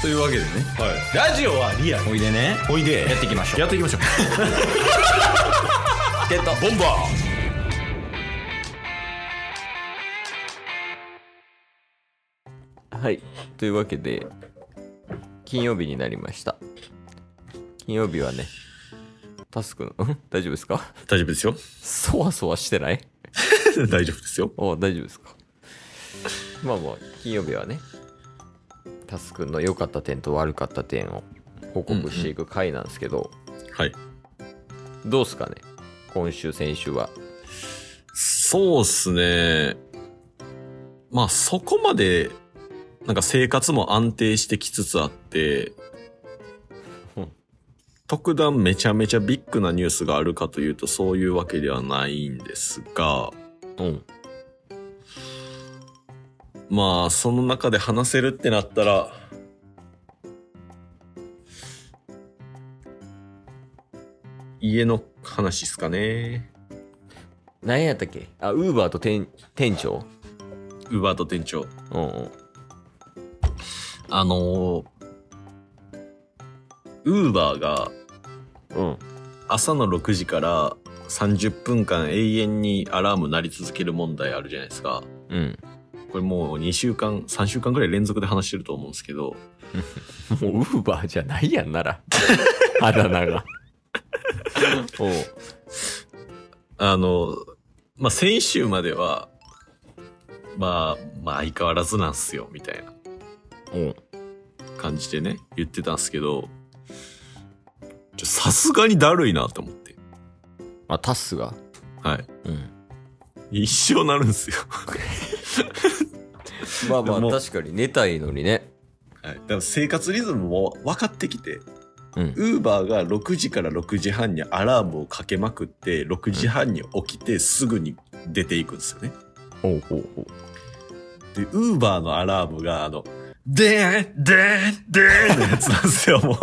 というわけでねはい、ラジオはリアルおいでねおいでやっていきましょうやっていきましょうゲットボンバはいというわけで金曜日になりました金曜日はねタスクのん 大丈夫ですかー大丈夫ですよそわそわしてない 大丈夫ですよお大丈夫ですかまあまあ金曜日はねタスくんの良かった点と悪かった点を報告していく回なんですけど、はいどうっすかね今週先週はそうっすねまあそこまでなんか生活も安定してきつつあってうん特段めちゃめちゃビッグなニュースがあるかというとそういうわけではないんですがうんまあその中で話せるってなったら家の話ですかね何やったっけあウーバーと店店長ウーバーと店長うんうんあのウーバーがうん朝の6時から30分間永遠にアラーム鳴り続ける問題あるじゃないですかうんこれもう2週間3週間ぐらい連続で話してると思うんですけどもうウーバーじゃないやんなら あだ名 がおうあの、まあ、先週までは、まあ、まあ、相変わらずなんすよ、みたいなうん感じでね、言ってたんすけど、ちょさすがにだるいなと思って。あタスがはい。うん一生なるん すよ。まあまであも確かに寝たいのにねはい。だから生活リズムも分かってきて、うんウーバーが6時から6時半にアラームをかけまくって、6時半に起きてすぐに出ていくんですよね。ほうほうほうで、ウーバーのアラームが、あの、でーん、でーん、でーんのやつなんですよ、もう。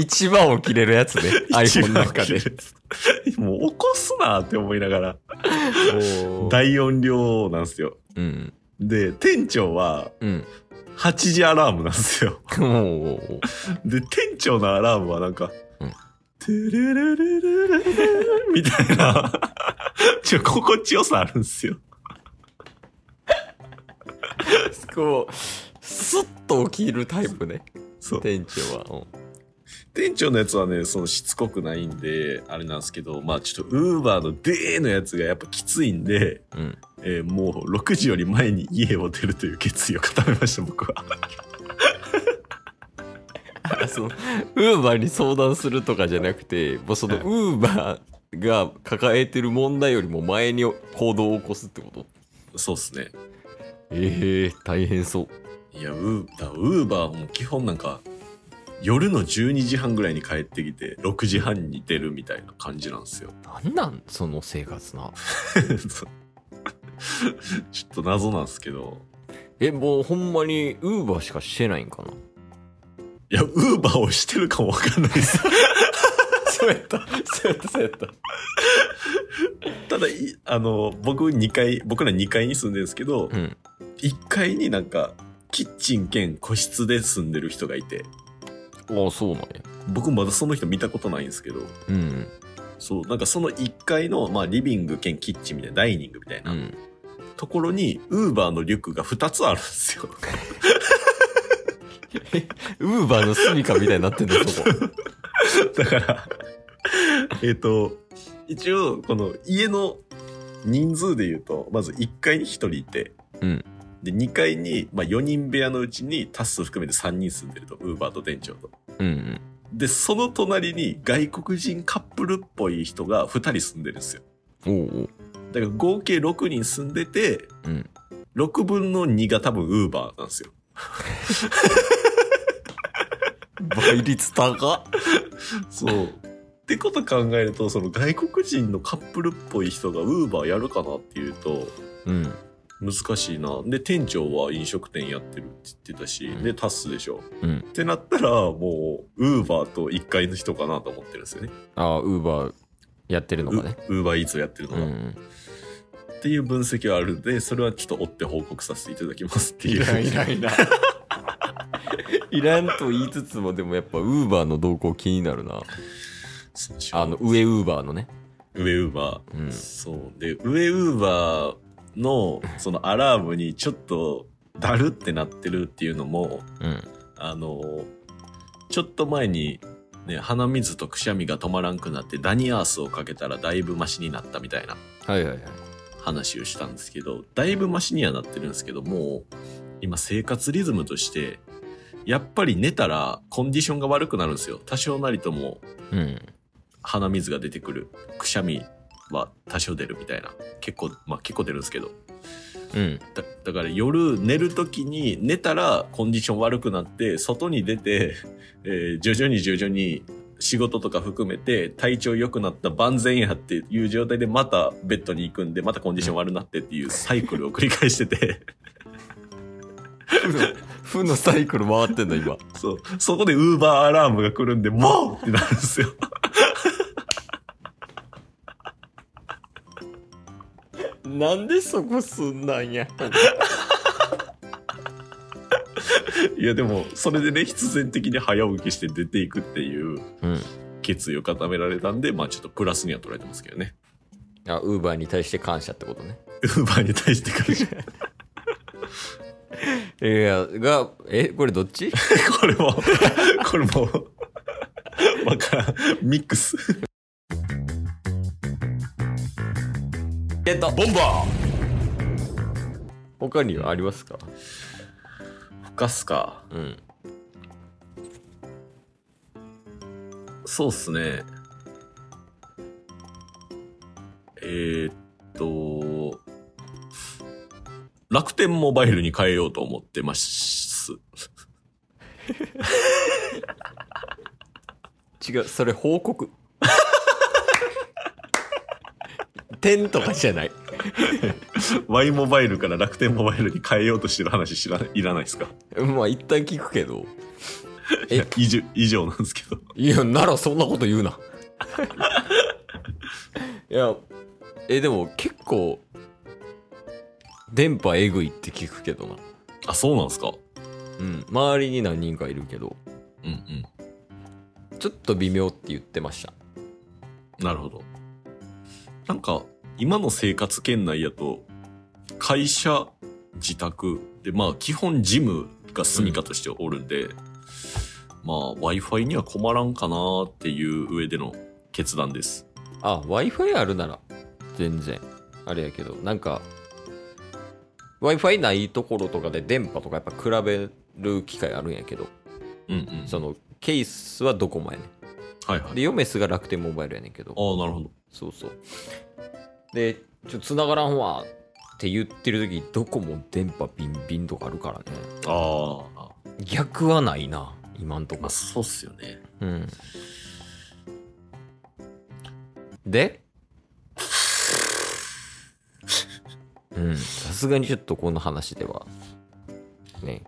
一番起きれるやつ ね iPhone の中で一番起きるもう起こすなって思いながら、おー大音量なんですよ。うんで、店長はうん8時アラームなんですよ。おーで、店長のアラームはなんか、うんてれれれれれれみたいな、ちょ、心地よさあるんですよ。こうスッと起きるタイプねそう。店長は店長のやつはね、そのしつこくないんで、あれなんですけど、まあちょっと、ウーバーのでーのやつがやっぱきついんで、うん、うん、えーもう6時より前に家を出るという決意を固めました、僕は。あそのウーバーに相談するとかじゃなくてもうそのはいウーバーが抱えてる問題よりも前に行動を起こすってことそうっすね。ええ大変そういや、ウーバー、ウーバーも基本なんか、夜の12時半ぐらいに帰ってきて、6時半に出るみたいな感じなんですよ。 なんなんその生活なそうちょっと謎なんですけど。えもうほんまにウーバーしかしてないんかないや、ウーバーをしてるかもわかんないです。 そうやったそうやったそうやったただ、いあの、僕2階、僕ら2階に住んでるんですけど、うん1階になんか、キッチン兼個室で住んでる人がいて、ああそうなんや僕まだその人見たことないんですけど、うんそう、なんかその1階の、まあ、リビング兼キッチンみたいな、ダイニングみたいな、うんところに、ウーバーのリュックが2つあるんですよ。 ウーバーの住みかみたいになってんだよそこ だから、えっと、一応、この家の人数で言うと、まず1階に1人いて、うんで、2階に、まあ、4人部屋のうちにタッス含めて3人住んでると、ウーバーと店長と。うんうんで、その隣に外国人カップルっぽい人が2人住んでるんですよ。おうおうだから合計6人住んでて、うん6分の2が多分ウーバーなんですよ。倍率高っそう。ってこと考えると、その外国人のカップルっぽい人がウーバーやるかなっていうと、うん難しいな。で、店長は飲食店やってるって言ってたし、うんで、タスでしょ。うんってなったら、もう、ウーバーと1階の人かなと思ってるんですよね。ああウーバーやってるのかねウーバーイーツをやってるのうが、んっていう分析はあるんで、それはちょっと追って報告させていただきますっていう。いないらんと言いつつも、でもやっぱ、ウーバーの動向気になるな。そうしようあの、上ウーバーのね。上ウーバー。うんそう。で、上ウーバーの、そのアラームにちょっと、だるってなってるっていうのも、うん。あの、ちょっと前に、ね、鼻水とくしゃみが止まらんくなって、ダニアースをかけたらだいぶマシになったみたいなはいはいはい。話をしたんですけど、だいぶマシにはなってるんですけど、もう、今生活リズムとして、やっぱり寝たらコンディションが悪くなるんですよ。多少なりともうん。鼻水が出てくるくしゃみは多少出るみたいな結構まあ結構出るんですけどうん。 だだから夜寝る時に寝たらコンディション悪くなって外に出て、 えー徐々に徐々に仕事とか含めて体調良くなった万全やっていう状態でまたベッドに行くんでまたコンディション悪なってっていうサイクルを繰り返してて 負のサイクル回ってんの、今。そうそこでウーバーアラームが来るんでもうってなるんですよなんでそこすんなんや。いやでもそれでね必然的に早起きして出ていくっていううん。決意を固められたんで、まあちょっとプラスには捉えてますけどね。 あ、ウーバーに対して感謝ってことね。ウーバーに対して感謝。いや、が、え、これどっちこれも、 これも、わからん。ミックス。えっと、ボンバー他にはありますかふかすか。うん。そうっすね。えー、っと、楽天モバイルに変えようと思ってます。違う、それ報告。 点とかじゃない。 Y モバイルから楽天モバイルに変えようとしてる話知らいらないですかまあ、一旦聞くけど。えいや以上、以上なんですけど。いや、ならそんなこと言うな。 いや、え、でも結構、電波えぐいって聞くけどな。あ、そうなんですかうん。周りに何人かいるけど、うんうん。ちょっと微妙って言ってました。なるほど。なんか、今の生活圏内やと、会社、自宅、で、まあ、基本ジムが住処としておるんで、まあ、Wi-Fi には困らんかなっていう上での決断です。あ、Wi-Fi あるなら、全然。あれやけど、なんか、Wi-Fi ないところとかで電波とかやっぱ比べる機会あるんやけど、うんうん。その、ケースはドコモやねはいはい。ああん。で、ヨメスが楽天モバイルやねんけど、ー、なるほど。そうそう。で、ちょっと繋がらんわって言ってる時、ドコモ電波ビンビンとかあるからね。ああ、逆はないな、今んとまこあ、。そうっすよね。うん。で うん、さすがにちょっとこの話では、ね、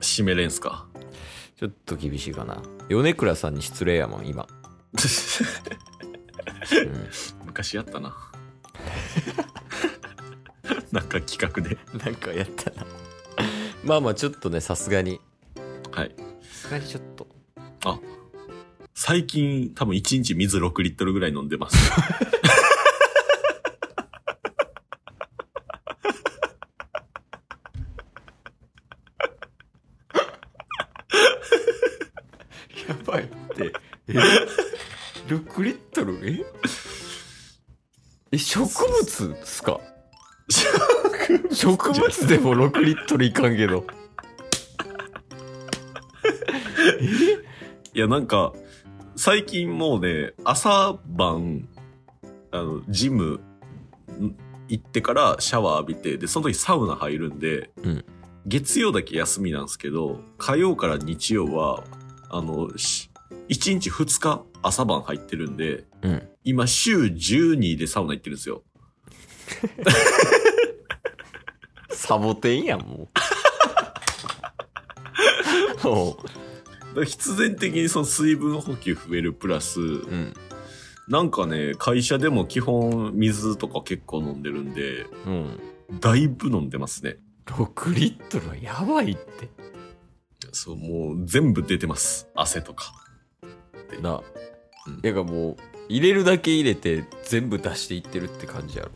締めれんすか。 ちょっと厳しいかな。米倉さんに失礼やもん、今。う昔やったな。 なんか企画で。ん、 なんかやったな。まあまあ、ちょっとね、さすがに。はい。さすがにちょっと。あ、最近多分1日水6リットルぐらい飲んでます。 やばいって。え ?6 リットルええ、植物っすか植物でも6リットルいかんけど。いや、なんか、最近もうね、朝晩、あの、ジムん行ってからシャワー浴びて、で、その時サウナ入るんで、うん月曜だけ休みなんですけど、火曜から日曜は、あの、し1日2日朝晩入ってるんで、うん。今週12でサウナ行ってるんですよ。サボテンやん、 もう。もだから必然的にその水分補給増えるプラス、う。うん。なんかね、会社でも基本水とか結構飲んでるんで、うん。だいぶ飲んでますね。 6リットルはやばいって。そう、もう全部出てます。汗とか。なうんだからもう入れるだけ入れて全部出していってるって感じやろ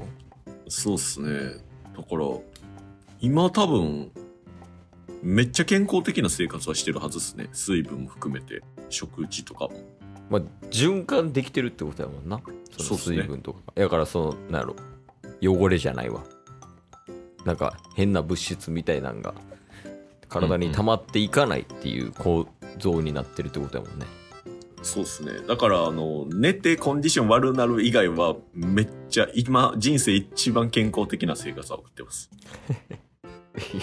そうっすね。だから、今多分、めっちゃ健康的な生活はしてるはずっすね。水分も含めて、食事とかも。まあ循環できてるってことやもんなそそのうっすね水分とかだからそのなんやろ汚れじゃないわなんか変な物質みたいなんが体に溜まっていかないっていう構造になってるってことやもんねそうっすね。だから、あの、寝てコンディション悪なる以外は、めっちゃ、今、人生一番健康的な生活は送ってます。 い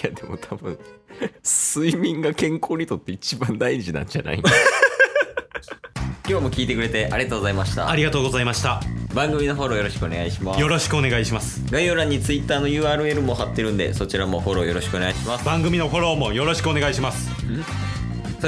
やでも多分睡眠が健康にとって一番大事なんじゃない 今日も聞いてくれてありがとうございましたありがとうございました番組のフォローよろしくお願いしますよろしくお願いします概要欄に Twitter の URL も貼ってるんでそちらもフォローよろしくお願いします番組のフォローもよろしくお願いしますそ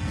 す